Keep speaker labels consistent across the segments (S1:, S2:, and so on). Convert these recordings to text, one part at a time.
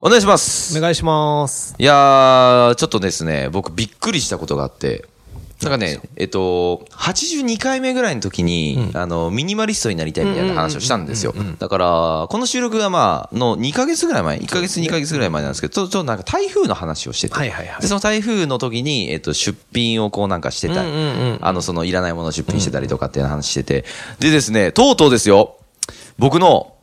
S1: お願いします。
S2: お願いします。
S1: いやー、ちょっとですね、僕びっくりしたことがあって、なんかね、えっと、82回目ぐらいの時に、あの、ミニマリストになりたいみたいな話をしたんですよ。だから、この収録がまあ、の2ヶ月ぐらい前、1ヶ月2ヶ月ぐらい前なんですけど、ちょっとちょっとなんか台風の話をしてて、
S2: はいはいはい
S1: で、その台風の時に、えっと、出品をこうなんかしてたり、あの、そのいらないものを出品してたりとかっていう話してて、でですね、とうとうですよ、僕の、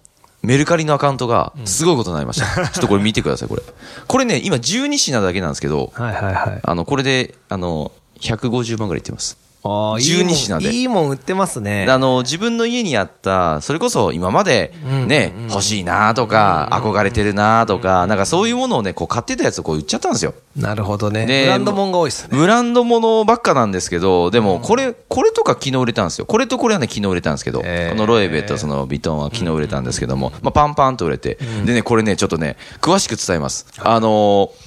S1: メルカリのアカウントが、すごいことになりま した。ちょっとこれ見てください、これ。これね、今12品だけなんですけど、
S2: はいはいはい。
S1: あの、これで、あの、150万ぐらいいってます。
S2: ああ、いいもん
S1: 12品で
S2: いいもん売ってますね。
S1: あの、自分の家にあった、それこそ今まで、ね、欲しいなとか、憧れてるなとか、なんかそういうものをね、こう買ってたやつをこう売っちゃったんですよ。
S2: なるほどね。
S1: で
S2: ブランドもんが多いっすね。
S1: ブランドものばっかなんですけど、でも、これ、これとか昨日売れたんですよ。これとこれはね、昨日売れたんですけど、こ
S2: えー
S1: のロエベとそのビトンは昨日売れたんですけども、まあ、パンパンと売れて、でね、これね、ちょっとね、詳しく伝えます。あのー、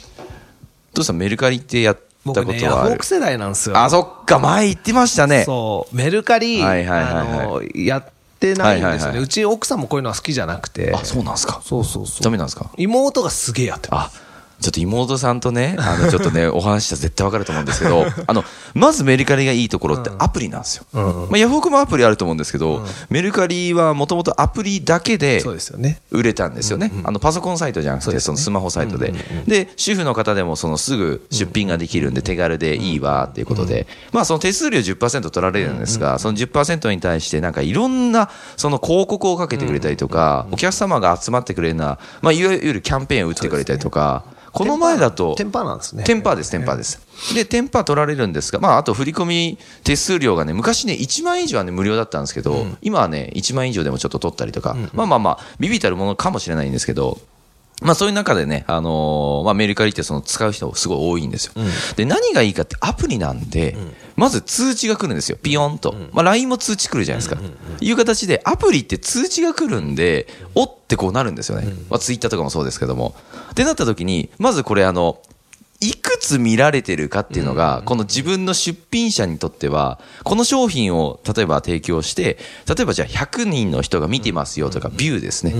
S1: どうしたメルカリってやったこ
S2: 僕ね、
S1: と
S2: ヤフ
S1: はあ
S2: オ
S1: る
S2: ク世代なんですよ。
S1: あ、そっか、前言ってましたね。
S2: そう。メルカリ、
S1: はいはいはい
S2: あ
S1: はい
S2: の、やってないん
S1: はいは
S2: です
S1: い
S2: よ
S1: は
S2: ね。
S1: いう
S2: ち奥さんもこういうのは好きじゃなくて。
S1: あ、そうなんですか。
S2: そうそうそ
S1: ダ
S2: う。
S1: メなんですか
S2: 妹がすげえやってま。
S1: あ、ちょっと妹さんとね、あの、ちょっと ね、お話したら絶対わかると思うんですけ ど、あの、まずメルカリがいいところってアプリなんですよ。まあ、ヤフオクもアプリあると思うんですけど、メルカリはもともとアプリだけです
S2: そうですよね。
S1: 売れたんですよね。あの、パソコンサイトじゃなくて、そのスマホサイトで。で、主婦の方でも、そのすぐ出品ができるんで、手軽でいいわ、っていうことで。まあ、その手数料10%取られるんですが、その10%に対して、なんかいろんな、その広告をかけてくれたりとか、お客様が集まってくれるような、まあ、いわゆるキャンペーンを打ってくれたりとか、この前だと、
S2: テンパなんですね。
S1: テンパーです、テンパーです。で、テンパー取られるんですが、まあ、あと振り込み手数料がね、昔ね、1万円以上はね、無料だったんですけど、今はね、1万円以上でもちょっと取ったりとか、まあまあまあ、ビビたるものかもしれないんですけど、まあそういう中でね、あのーまあメルカリってその使う人すごい多いんですよ。で、何がいいかってアプリなんで、まず通知が来るんですよ。ピヨンと。まあ LINE も通知来るじゃないですか。いう形でアプリって通知が来るんで、おってこうなるんですよね。まあツイッターとかもそうですけども。ってなった時に、まずこれあの、いくつ見られてるかっていうのが、この自分の出品者にとっては、この商品を例えば提供して、例えばじゃあ100人の人が見てますよとか、ビューですね。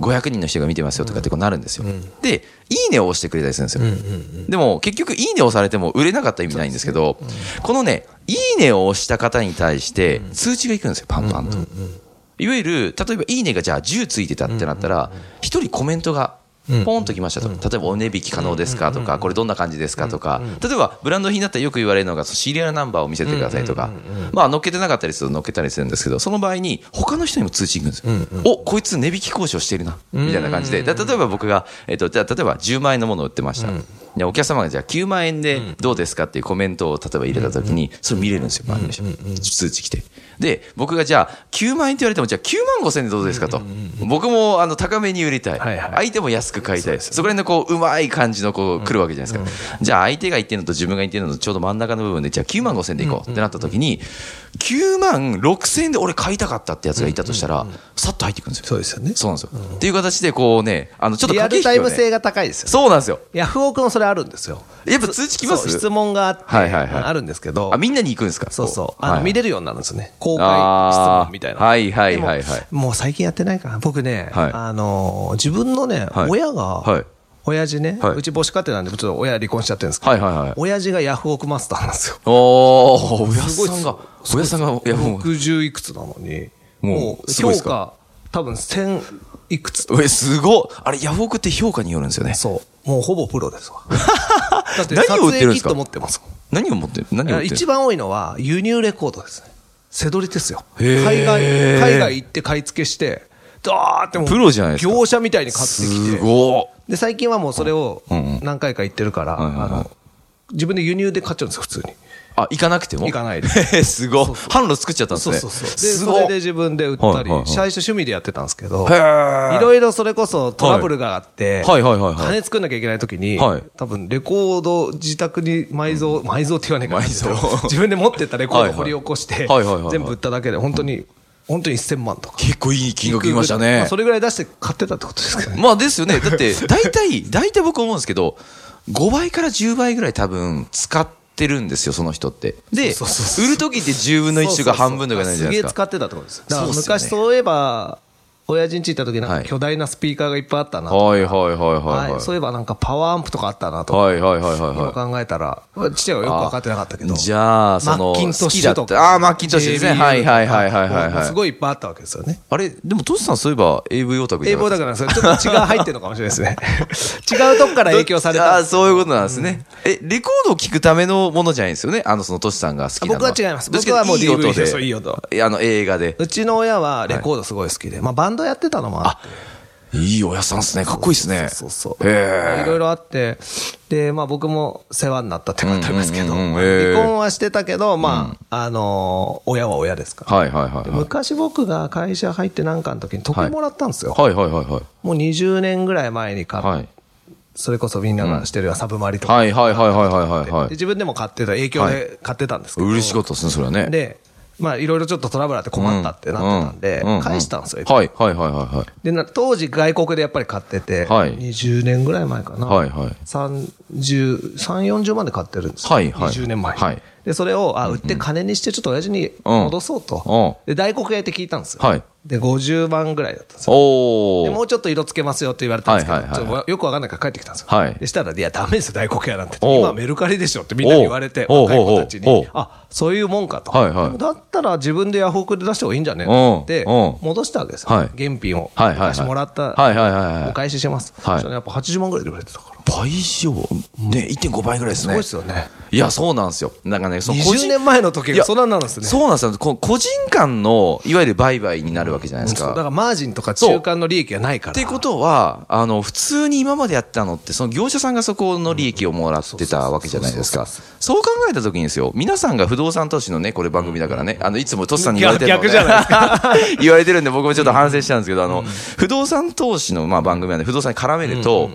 S1: 500人の人が見てますよとかってこうなるんですよ。で、いいねを押してくれたりするんですよ。でも結局いいねを押されても売れなかったら意味ないんですけど、このね、いいねを押した方に対して通知がいくんですよ、パンパンと。いわゆる、例えば、いいねがじゃあ10ついてたってなったら、一人コメントが、ポンときましたと。例えば、お値引き可能ですかとか、これどんな感じですかとか、例えば、ブランド品だったらよく言われるのが、そうシリアルナンバーを見せてくださいとか、まあ、乗っけてなかったりすると乗っけたりするんですけど、その場合に、他の人にも通知いくんですよ。お、こいつ値引き交渉してるな、みたいな感じで。だ例えば僕が、えっと、じゃあ例えば10万円のものを売ってました。でお客様がじゃあ9万円でどうですかっていうコメントを例えば入れたときに、それ見れるんですよ、周りの人。通知来て。で、僕がじゃあ、9万円って言われても、じゃあ9万5千円でどうですかと。僕も、あの、高めに売りたい。
S2: はいはい
S1: 相手も安く買いたい。そこら辺のこう、うまい感じのこう、来るわけじゃないですか。じゃあ、相手が言ってるのと自分が言ってるのとちょうど真ん中の部分で、じゃあ9万5千円でいこうってなった時に、9万6千円で俺買いたかったってやつがいたとしたら、さっと入ってくるんですよ。
S2: そうですよね。
S1: そうなんですよ。っていう形で、こうね、あの、ちょっと
S2: リア
S1: 駆け
S2: ル
S1: 引きを
S2: タ
S1: ね
S2: イム性が高いですよね。
S1: そうなんですよ。
S2: ヤフオクのそれあるんですよ。
S1: やっぱ通知来ます
S2: そう質問があって、
S1: はいはいはい
S2: あるんですけど。
S1: あ、みんなに行くんですか
S2: そうそう
S1: こ。
S2: あの、
S1: はい
S2: 見れるようになるんですよね。公開質
S1: あ
S2: 問
S1: ー
S2: みたいな。
S1: はいはいはいはい
S2: でももう最近やってないかな。僕ね、
S1: はい
S2: あのー、自分のね、
S1: はい
S2: 親が、
S1: はい
S2: 親父ね、
S1: はいう
S2: ち母子家庭なんで、ちょっと親離婚しちゃってるんですけど、
S1: はいはいはい
S2: 親父がヤフオクマスターなんですよ。
S1: おー、おや
S2: すごい
S1: さんが、お
S2: すごい
S1: やさんが、いやもう、
S2: 60いくつなのに、
S1: もう
S2: もう
S1: すごい
S2: 評
S1: です
S2: 価、多分1000いくつ
S1: え、すごいあれ、ヤフオクって評価によるんですよね。
S2: そう。もうほぼプロで すわ。だって
S1: 何を売ってるんですか
S2: 撮影キット持ってますもん
S1: 何を持ってる何を持ってる
S2: 一番多いのは輸入レコードですね。背取りですよ。
S1: へー
S2: 海外、海外行って買い付けして、だーってもう
S1: プロじゃないですか
S2: 業者みたいに買ってき
S1: す
S2: て。
S1: ご
S2: で、最近はもうそれを
S1: うんうん
S2: 何回か行ってるから、
S1: はいはいはい
S2: あの、自分で輸入で買っちゃうんですよ、普通に。
S1: いあ、行かなくても
S2: 行かないで
S1: すごい。販路作っちゃったんです
S2: そう
S1: ね。
S2: そうそう。ですそ
S1: ご
S2: れ
S1: い
S2: で自分で売ったり
S1: はいはいは、い
S2: 最初趣味でやってたんですけど、
S1: へー
S2: いろいろそれこそトラブルがあって、
S1: はいはいはいはい
S2: 金作んなきゃいけない時に
S1: はい、
S2: 多分レコード自宅に埋蔵、埋蔵って言わねえかな
S1: 埋蔵
S2: 自分で持ってったレコードを掘り起こして
S1: はいはいはいはいは、い
S2: 全部売っただけで、本当に、本当に1000万とか。
S1: 結構いい金額いましたね
S2: あ。それぐらい出して買ってたってことですかね。
S1: まあです よね。だって、大体、大体僕思うんですけど、5倍から10倍ぐらい多分使ってるんですよ、その人って。で、
S2: そうそうそう
S1: 売る時って10分の1とか半分とかなんじゃないです
S2: げえ
S1: か。
S2: 使ってたってことです。だか
S1: そ
S2: ら
S1: うっすよね
S2: 昔そういえば、親父ん家行った時なん
S1: は
S2: か
S1: い
S2: 巨大なスピーカーがいっぱいあったなとか
S1: はいはいはいはい
S2: は、
S1: はい
S2: そう
S1: い。
S2: いえばなんかパワーアンプとかあったなとか、
S1: はいはいはいはい
S2: 今
S1: はい。
S2: 考えたら、父はよく分かってなかったけど、
S1: じゃあ、その、
S2: マッキント
S1: 好
S2: ッ
S1: き
S2: シュ
S1: だ
S2: と
S1: っ
S2: か、
S1: た。ああー、マッキントッシュですね。
S2: JBL
S1: はいはいはいはいはい
S2: もう
S1: はい。
S2: すごいいっぱいあったわけですよね。
S1: あれ、でもトシさんそういえば AV オタクじ
S2: 英
S1: ゃな
S2: 語
S1: いで
S2: だ
S1: すか。
S2: からそれちょっと違う入ってるのかもしれないで すね。違うとこから影響され
S1: あ
S2: た
S1: あー、。そういうことなんですね。え、レコードを聴くためのものじゃないんですよね。あの、そのトシさんが好きなの
S2: 僕は違います
S1: どっちか
S2: 僕はもう
S1: いい音
S2: DVD です
S1: で。
S2: いい音
S1: やあの、映画で。
S2: うちの親はレコードすごい好きで、まあバンドやってたのもあって、
S1: いいお屋さんですね。かっこいいですね。
S2: そうそう。
S1: へえ
S2: いろいろあって、で、まあ僕も世話になったってことありますけど、
S1: うんうんうんへー
S2: 離婚はしてたけど、まあ、あのー親は親ですから。
S1: はいはいはい
S2: で
S1: はい。
S2: 昔僕が会社入ってなんかの時に時計もらったんですよ。
S1: はいはいはいはい。
S2: もう20年ぐらい前に買っ
S1: はい。
S2: それこそみんながしてるようなサブマリとか、
S1: はいはいはいはいはい
S2: で
S1: はい。
S2: 自分でも買ってた、影響
S1: は
S2: で買ってたんですけど。
S1: 嬉しかったですね、それはね。
S2: で、まあいろいろちょっとトラブルあって困ったってなってたんで、
S1: ううう
S2: 返したんですよ。
S1: はいはいはいはいはい。
S2: でな当時外国でやっぱり買ってて、
S1: はい
S2: 20年ぐらい前かな。
S1: はいはい
S2: 30、3、40万で買ってるんですよ。
S1: はいはい
S2: 20年前に。
S1: はい
S2: で、それを、あ、売って金にしてちょっと親父に戻そうと。
S1: う
S2: で、大黒屋って聞いたんですよ。
S1: はい
S2: で、50万ぐらいだったんですよ
S1: お
S2: でも
S1: ー。
S2: うちょっと色つけますよって言われたんですけど、
S1: はいはいはい
S2: ちょっとわよくわかんないから帰ってきたんですよ。
S1: はい
S2: でしたら、いや、ダメですよ、大黒屋なんて。
S1: おう
S2: 今はメルカリでしょってみんなに言われて、
S1: おう
S2: 若い子たち
S1: おうおうお
S2: に
S1: う、
S2: あ、そういうもんかと。
S1: はいはい
S2: でもだったら自分でヤフオクで出した方がいいんじゃね
S1: おう
S2: って
S1: お、う
S2: 戻したわけですよ。
S1: はい
S2: 現品を。
S1: はいはいはい
S2: 昔もらった。
S1: はいはいはいはい
S2: お返しします。
S1: はい
S2: そしたらやっぱ80万ぐらいで売れてたから。
S1: 倍以上。ね、1.5倍ぐらいです
S2: す
S1: ね。
S2: ごいですよね。
S1: いや、そうなんですよ。なんかね、その個
S2: 20
S1: 人
S2: 年前の
S1: い
S2: 時が
S1: や
S2: そんなんなんですね。
S1: そうなんですよ。こ個人間の、いわゆる売買になるわけじゃないです
S2: そうだ
S1: か。
S2: からマージンとか中間の利益がないから。
S1: ってことは、あの、普通に今までやってたのって、その業者さんがそこの利益をもらってたわけじゃないですか。そう考えたときにですよ、皆さんが不動産投資のね、これ番組だからね、あの、いつもトスさんに言われてるのね
S2: 逆逆じゃないです
S1: 言われてるんで、僕もちょっと反省したんですけど、あの、不動産投資の、まあ、番組なんで、不動産に絡めると、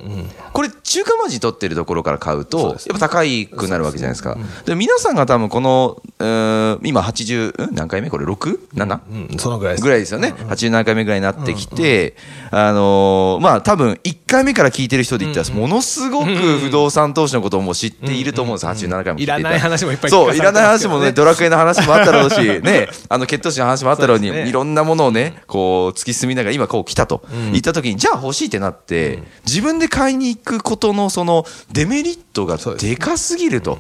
S1: これ、中華文字取ってるところから買うと、やっぱ高いくなるわけじゃないですか。で、皆さんが多分この、うーん今80、ん何回目これ 6?7?
S2: うん、そのぐらいです。
S1: ぐらいですよね、87回目ぐらいになってきて、あのーまあ多分1回目から聞いてる人で言ったら、ものすごく不動産投資のことをもう知っていると思うんです、87回も聞いてた
S2: いらない話もいっぱい聞
S1: そう、
S2: かされて
S1: いらない話も
S2: ますけどね
S1: ね、ドラクエの話もあったろうし、 ね、あの血糖値の話もあったろうに、
S2: そうですね
S1: いろんなものをね、こう突き進みながら、今こう来たと言ったときに、じゃあ欲しいってなって、自分で買いに行くことのそのデメリットが
S2: そうです
S1: でかすぎると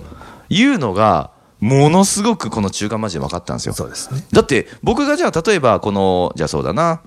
S1: いうのが、ものすごくこの中間マジで分かったんですよ。
S2: そうですね。
S1: だって、僕がじゃあ、例えば、この、じゃあそうだな。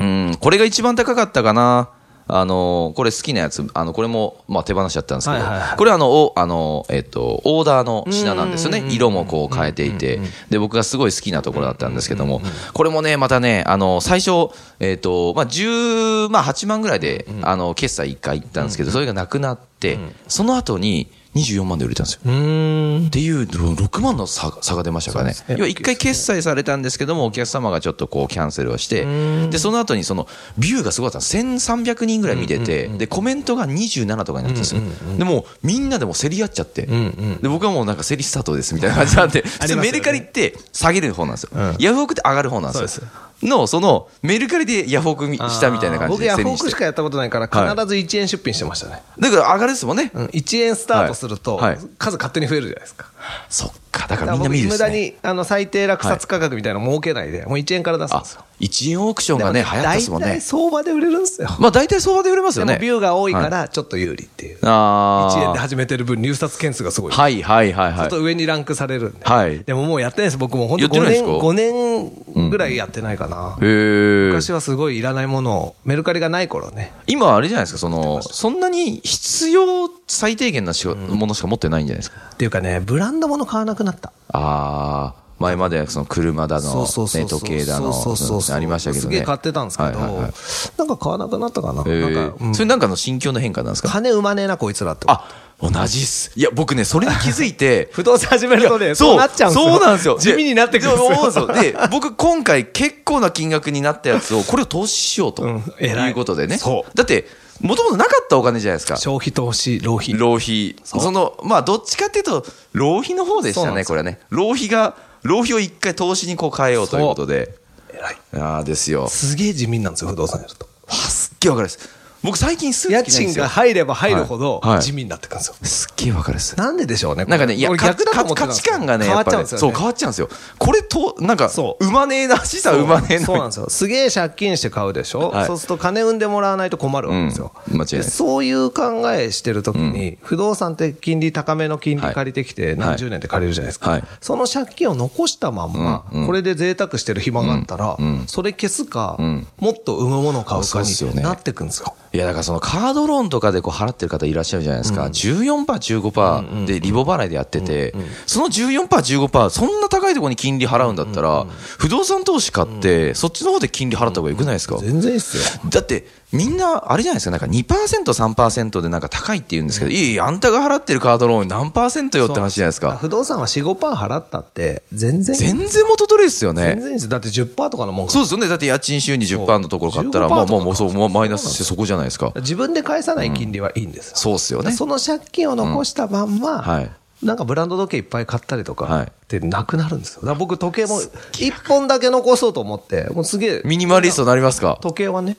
S1: うん、これが一番高かったかな。あの、これ好きなやつ、あの、これも、まあ、手放しちゃったんですけど、
S2: はいはいはい
S1: これはあの、お、あの、えっと、オーダーの品なんですよね。色もこう変えていて。で、僕がすごい好きなところだったんですけども、これもね、またね、あの、最初、えっと、まあ、10、まあ、8万ぐらいで、あの、決済1回行ったんですけど、それがなくなって、その後に24万で売れたんですよ。
S2: うーん
S1: っ。ていう、6万の差が差が出ましたからね
S2: そうですね。
S1: 要は一回決済されたんですけども、お客様がちょっとこうキャンセルをして、で、その後にその、ビューがすごかったんです。1300人ぐらい見てて、で、コメントが27とかになったんですよ。で、もうみんなでもう競り合っちゃって、で、僕はもうなんか競りスタートですみたいな感じなんで、普通メルカリって下げる方なんですよ
S2: ん。
S1: ヤフオクって上がる方なんです
S2: そう
S1: よ。の、その、メルカリでヤフオクしたみたいな感じで
S2: あー
S1: 競り
S2: 僕
S1: に
S2: ヤフオ
S1: し
S2: ク
S1: て
S2: し。かやったことないから必ず1円出品してましたね、
S1: だから上がるですもんね。
S2: うん、1円スタートすると、
S1: はいはい
S2: 数勝手に増えるじゃないですか
S1: そっか、だか
S2: だ
S1: み
S2: からら
S1: んな
S2: 僕
S1: 見るで
S2: 無
S1: す
S2: 駄
S1: ね。
S2: にあの最低落札価格みたいなの儲けないで、もう1円から出すん
S1: あ
S2: ですよ、
S1: 1円オークションがね、
S2: でも
S1: 流行ったっすもん
S2: 大
S1: ね
S2: 体。相場で売れるんですよ、
S1: まあ大体相場で売れます
S2: で
S1: よ
S2: も
S1: ね。
S2: ビューが多いか
S1: は
S2: らちょっと有利っていう、
S1: あ
S2: 1
S1: ー
S2: 円で始めてる分入札件数がすごい、
S1: はいはいはい
S2: ちょ
S1: は
S2: っ
S1: い。
S2: と上にランクされるんで、
S1: はい
S2: でももうやってないです僕も本
S1: や
S2: 当
S1: ってないですか
S2: 5年 ,5 年ぐらいやってないかな、
S1: へえ。
S2: 昔はすごいいらないものをメルカリがない頃ね
S1: 今あれじゃないですか、その、そんなに必要最低限なしものしか持ってないんじゃないですか。
S2: っていうかねブランドもの買わなくなった
S1: ああ、前まではその車だの、
S2: そう
S1: ね
S2: そうそうそう
S1: 時計だの、
S2: そうそうそうそう
S1: ありましたけど
S2: す
S1: ね。
S2: げえ買ってたんですけど、
S1: はいはいはい
S2: なんか買わなくなったかな。
S1: へ
S2: な
S1: ー
S2: んか、うん
S1: それなんかの心境の変化なんですか
S2: 金生まねえな、こいつらって。、
S1: あ、同じっす。いや、僕ね、それに気づいて
S2: 不動産始めるとね、そうなっちゃうんですよ。
S1: そうなんですよ。
S2: 地味になってくる
S1: ででもそうなんですよで、僕今回結構な金額になったやつを、これを投資しようと、
S2: うん偉い
S1: いうことでね。
S2: そ
S1: だって、もともとなかったお金じゃないですか。
S2: 消費投資、浪費。
S1: 浪費。その、まあ、どっちかっていうと、浪費の方でし
S2: そうな
S1: た
S2: んで
S1: ね、
S2: す
S1: これはね。浪費が、浪費を一回投資にこう変えようということで。
S2: 偉い。
S1: ああ、ですよ。
S2: すげえ地味なんですよ、不動産やると。
S1: わあすっげえわかるです。僕最近すっげえ
S2: 家賃が入れば入るほど
S1: はいはい
S2: 地味になってくるんですよ。
S1: すっげえわかるです。
S2: なんででしょうね。
S1: なんかね、いや、
S2: 俺
S1: 価
S2: 逆だと思ってたん
S1: 価
S2: です
S1: 値
S2: けど
S1: 観がね、
S2: 変
S1: や
S2: わ
S1: っ
S2: っち
S1: ぱ
S2: ゃう
S1: り
S2: んですよね。
S1: そう、変わっちゃうんですよ。これと、なんか、
S2: そう
S1: 生まねえな、資産生まねえな。
S2: そうなんですよ。すげえ借金して買うでしょ、
S1: はい
S2: そうすると金産んでもらわないと困るわけですよ。
S1: うん間違いない
S2: でそういう考えしてるときに、不動産って金利高めの金利借りてきて、何十年って借りるじゃないですか。
S1: はい
S2: その借金を残したまんま、
S1: うんうん
S2: これで贅沢してる暇があったら、
S1: うんうん
S2: それ消すか、
S1: ん
S2: もっと産むものを買う
S1: そ
S2: か
S1: うっすよ
S2: に
S1: ね
S2: なってくんですよ。
S1: いや、だからそのカードローンとかでこう払ってる方いらっしゃるじゃないですか。14%、15%でリボ払いでやってて、その14%、15%、そんな高いところに金利払うんだったら、不動産投資買って、そっちの方で金利払った方がよくないですか
S2: 全然いいっすよ。
S1: だって、みんな、あれじゃないですか、なんか2%、3%でなんか高いって言うんですけど、いやいや、あんたが払ってるカードローン何パーセントよって話じゃないですか。
S2: 不動産は4、5%払ったって、全然いい、
S1: 全然元取れですよ
S2: 全
S1: ね。
S2: 然いいです。だって10%とかのもん
S1: そうですよね。だって家賃収入10%のところ買ったら、
S2: そう
S1: まあまあ
S2: 15%
S1: もうそう、もうマイナスしてそこじゃないですか。
S2: 自分で返さない金利はいいんですよ。
S1: そうっすよね。
S2: その借金を残したまんま、
S1: んはい
S2: なんかブランド時計いっぱい買ったりとか、
S1: はい
S2: ってなくなるんですよ。だから僕時計も一本だけ残そうと思って、もうすげえ、
S1: ミニマリストになりますか
S2: 時計はね。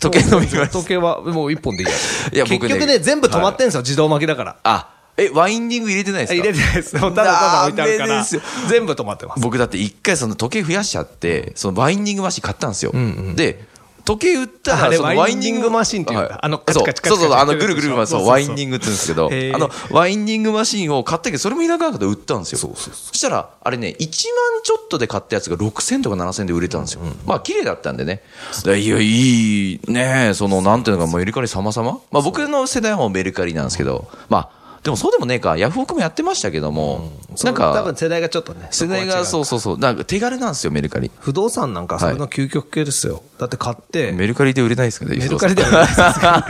S1: 時計のミニマリスト
S2: 時計はもう一本でいいや。
S1: いや僕
S2: 結
S1: ね
S2: 局ね、全部止まってんですよ、自動巻きだから。
S1: あ、え、ワインディング入れてないですか
S2: 入れてないです。ただただ置いてあるか
S1: ダメ
S2: ら
S1: ですよ、
S2: 全部止まってます。
S1: 僕だって一回その時計増やしちゃって、そのワインディングマシン買ったんですよ。で、時計売ったら、
S2: あれ
S1: その
S2: ワインディングマシンっていうんだ
S1: はい
S2: あのカチカチカチカチ
S1: そうそうそう、あのぐるぐる回す
S2: そうそうそう
S1: ワインディングって言うんですけど、
S2: へー
S1: あの、ワインディングマシンを買ったけど、それもいらなかったから売ったんですよ。そしたら、あれね、1万ちょっとで買ったやつが6000とか7000で売れたんですよ。まあ、綺麗だったんでね。だいや、いい、ねえその、なんていうのか、もうメルカリ様々まあ、僕の世代はもうメルカリなんですけど、まあ、でもそうでもねえか、ヤフオクもやってましたけども、なん
S2: そ
S1: か、
S2: の多分世代がちょっとね、
S1: 世代が
S2: そこは違う
S1: そうそうそうなんか手軽なんですよメルカリ
S2: 不動産なんかそれの究極系ですよ。だって買って、
S1: メルカリで売れないですけど
S2: メルカリではないで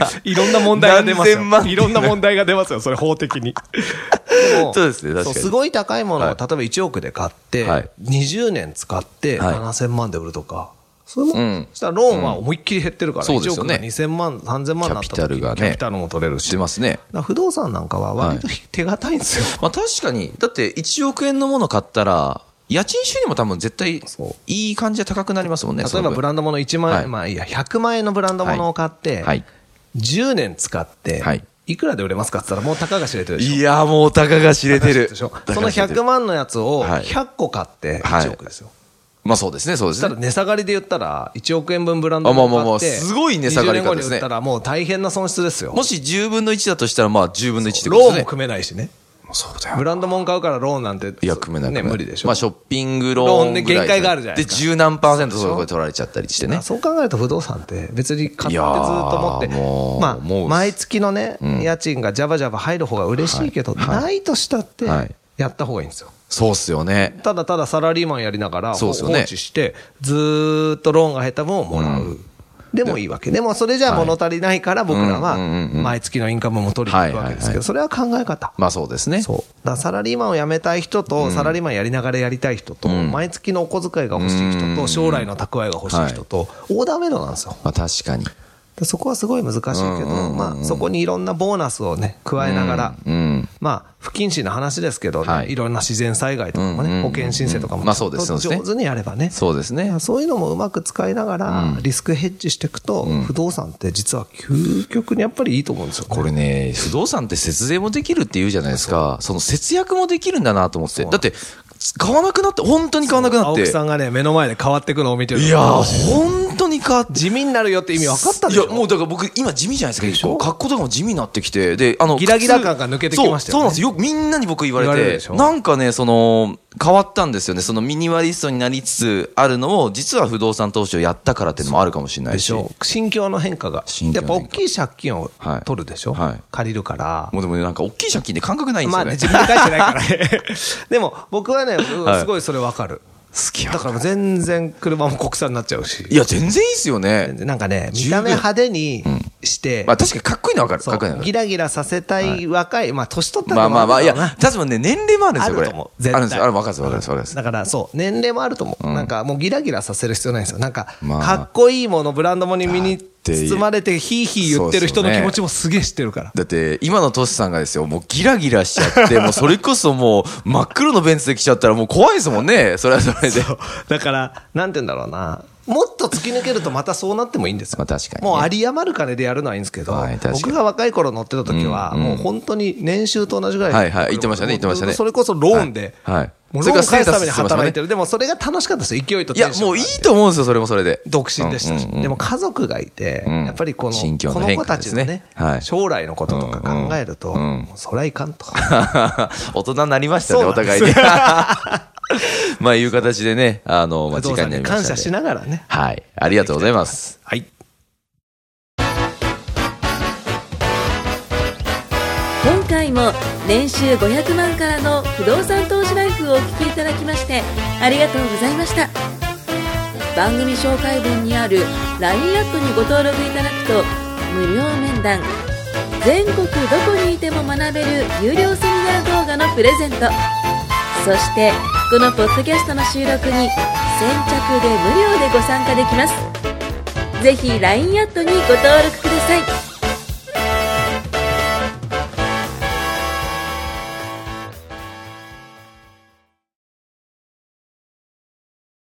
S2: すけどいろんな問題が出ます
S1: 何千万っ
S2: よ。
S1: て
S2: いろんな問題が出ますよ、それ法的 に。でも
S1: そうですね確かに
S2: そうすごい高いものを、
S1: はい
S2: 例えば1億で買って、
S1: はい
S2: 20年使って
S1: はい
S2: 7000万で売るとか。それも、
S1: うん
S2: そしたらローンは思いっきり減ってるから、
S1: そうで
S2: 1
S1: すよ
S2: 億
S1: ね
S2: が2000万、3000万になった時に
S1: キャピタルがね
S2: キャピタルも取れるし。
S1: してますね
S2: だから不動産なんかは割と手堅い んですよ。
S1: まあ確かにだって1億円のもの買ったら家賃収入も多分絶対
S2: そう
S1: いい感じで高くなりますもんね
S2: 例えばブラ
S1: ン
S2: ンド物1万円、
S1: はい
S2: まあいいや、100万円のブランド物を買って、
S1: はい
S2: 10年使って、
S1: はいい、
S2: くらで売れますかって言ったらもう高が知れてるでしょ。
S1: いやもう高が知れてる
S2: でしょ
S1: 高
S2: そ
S1: が
S2: の
S1: 知れてる
S2: 100万のやつを
S1: はい
S2: 100個買って
S1: はい
S2: 1億ですよ。
S1: まあそうですねそうで
S2: そした
S1: す
S2: ら
S1: ね
S2: 値下がりで言ったら1億円分ブランド
S1: あまあまあま
S2: 物
S1: あ
S2: 買って、
S1: すごい値下がり
S2: 20年後
S1: 方
S2: に
S1: です
S2: 売
S1: ね
S2: ったらもう大変な損失ですよ。
S1: もし10分の1だとしたらまあ10分の1ってこ
S2: ロ
S1: と
S2: ー
S1: で
S2: ンも
S1: すね
S2: 組めないしね。
S1: そうだ
S2: ブランド物買うからローンなんて、
S1: いや組めない
S2: ね、
S1: 組めない
S2: 無理でしょ。
S1: まあショッピングローン
S2: ローンで
S1: ぐらい
S2: 限界があるじゃないです
S1: で
S2: か
S1: 十何パーセントそういうとこで取られちゃったりしてね
S2: そう考えると不動産って別に買ってずっと持って
S1: いやーもう
S2: ま
S1: も
S2: あ、
S1: う
S2: 毎月のね、家賃がジャバジャバ入る方が嬉しいけど、ないとしたって
S1: はい、
S2: やった方がいいんですよ。
S1: そうっすよね
S2: ただただサラリーマンやりながら
S1: そ
S2: 放
S1: うですよね
S2: 置して、ずーっとローンが減った分をもらう。でもいいわけ。でもそれじゃあ物足りないから僕らは
S1: うんうんうんうん
S2: 毎月のインカムも取りに行くわけで
S1: はい
S2: す
S1: はい
S2: け
S1: は
S2: ど、それは考え方。
S1: まあそうですね
S2: そう。だからサラリーマンを辞めたい人と、サラリーマンやりながらやりたい人と、毎月のお小遣いが欲しい人と、将来の蓄えが欲しい人と、オーダーメイドなんですよ。
S1: まあ確かに
S2: でそこはすごい難しいけ
S1: うんうんうん
S2: ど、
S1: うん
S2: まあ、そこにいろんなボーナスをね、加えながら、
S1: うん
S2: まあ、不謹慎な話ですけどね、
S1: はい
S2: い、ろんな自然災害とかも
S1: うんうん
S2: ね、
S1: うんう
S2: 保
S1: ん
S2: 険申請とかも、
S1: まあそうです
S2: ちゃんと
S1: そうですね
S2: 上手にやればね。
S1: そうですね
S2: そういうのもうまく使いながら、リスクヘッジしていくと、不動産って実は究極にやっぱりいいと思うんですよ、
S1: これね、不動産って節税もできるって言うじゃないですか、その節約もできるんだなと思って、だって、買わなくなって、本当に買わなくなっ
S2: 青
S1: て、
S2: 木
S1: い
S2: さんがね、目の前で変わっていくのを見てる
S1: やー、本当に買って。
S2: 地味になるよって意味分かったでしょ
S1: いやもうだから僕今地味じゃないですか一個
S2: ょ
S1: 格好とかも地味になってきてであの
S2: ギラギラ
S1: 靴
S2: 感が抜けてきましたよ
S1: そうそ
S2: ね
S1: うなんですよよくみんなに僕言われ
S2: 言われる
S1: て
S2: でしょ
S1: なんかねその変わったんですよねそのミニマリストになりつつあるのを実は不動産投資をやったからっていうのもあるかもしれな
S2: で
S1: いし
S2: しょ心境の変化が。
S1: 心境
S2: や
S1: の
S2: っ
S1: 変
S2: ぱ
S1: 化
S2: 大きい借金を取るでしょ、
S1: はいはい
S2: 借りるから。
S1: もうでもねなんか大きい借金で感覚ないんです
S2: まあ
S1: よ
S2: ね、
S1: ね
S2: 自分で返してな いからね。でも、僕はね、うんすごいそれわかる。
S1: 好きや
S2: だから全然車も国産になっちゃうし
S1: い。や全然いいっすよね
S2: なんかね、見た目派手に、して、
S1: まあ確かにかっこいいのはわかる。
S2: そ
S1: かっこいいの
S2: う
S1: は
S2: ギ
S1: わか
S2: ラギラさせたい若い、まあ年取った
S1: る。
S2: の
S1: まあ
S2: も
S1: まあまあ、い
S2: るだろうな
S1: や、確かにね、年齢もあるんですよ、こ
S2: あ
S1: れ。
S2: ると思う絶対
S1: あるんですよ。あれ、わかるんですわかるんですわかるんです
S2: だからそう、年齢もあると思う。なんかもうギラギラさせる必要ないんですよ。なんか、
S1: まあ
S2: かっこいいもの、ブランドもに身に
S1: て
S2: 包まれて、ヒーヒー言ってる人の気持ちもすげえ知ってるから。
S1: だって、今のトシさんがですよ、もうギラギラしちゃって、もうそれこそもう真っ黒のベンツで来ちゃったらもう怖いですもんね。それはそれで。
S2: だから、なんて言うんだろうな。もっと突き抜けるとまたそうなってもいいんですよ。
S1: まあ確かにね
S2: もう有り余る金でやるのはいいんですけど、
S1: はい確かに
S2: 僕が若い頃乗ってた時は、もう本当に年収と同じぐらい。
S1: はいはい言ってましたね言ってましたね
S2: それこそローンで。
S1: はいはい
S2: もうローン返すために
S1: それからステータス
S2: 働いてる。でもそれが楽しかったですよ。勢いと
S1: い
S2: テ
S1: や
S2: ン、ション
S1: も
S2: が
S1: う
S2: あ
S1: い
S2: っ
S1: い
S2: て
S1: と思うんですよ、それもそれで。
S2: 独身でしたし、
S1: うんうんうん
S2: でも家族がいて、
S1: うん
S2: やっぱりこの
S1: 心境
S2: こ
S1: の
S2: の
S1: 変
S2: 子
S1: 化
S2: た
S1: で
S2: ち
S1: すね
S2: のね
S1: はい
S2: 将来のこととか考えると、
S1: うんうん
S2: もうそりゃいか んと、
S1: 大人になりましたね、
S2: そ
S1: お
S2: うなん
S1: 互
S2: で
S1: い
S2: す
S1: ね。 まあ、いう形でね、あの、まあ、
S2: 不
S1: 時
S2: 動
S1: 間
S2: 産
S1: にな
S2: に
S1: りましたん
S2: 感
S1: で。
S2: 謝しながらね、
S1: はい。ありがとうございます。
S2: はい、
S3: 今回も年収500万からの不動産投資ライフをお聞きいただきましてありがとうございました番組紹介文にある LINE アップにご登録いただくと無料面談全国どこにいても学べる有料セミナー動画のプレゼントそしてこのポッドキャストの収録に先着で無料でご参加できますぜひ LINE アットにご登録ください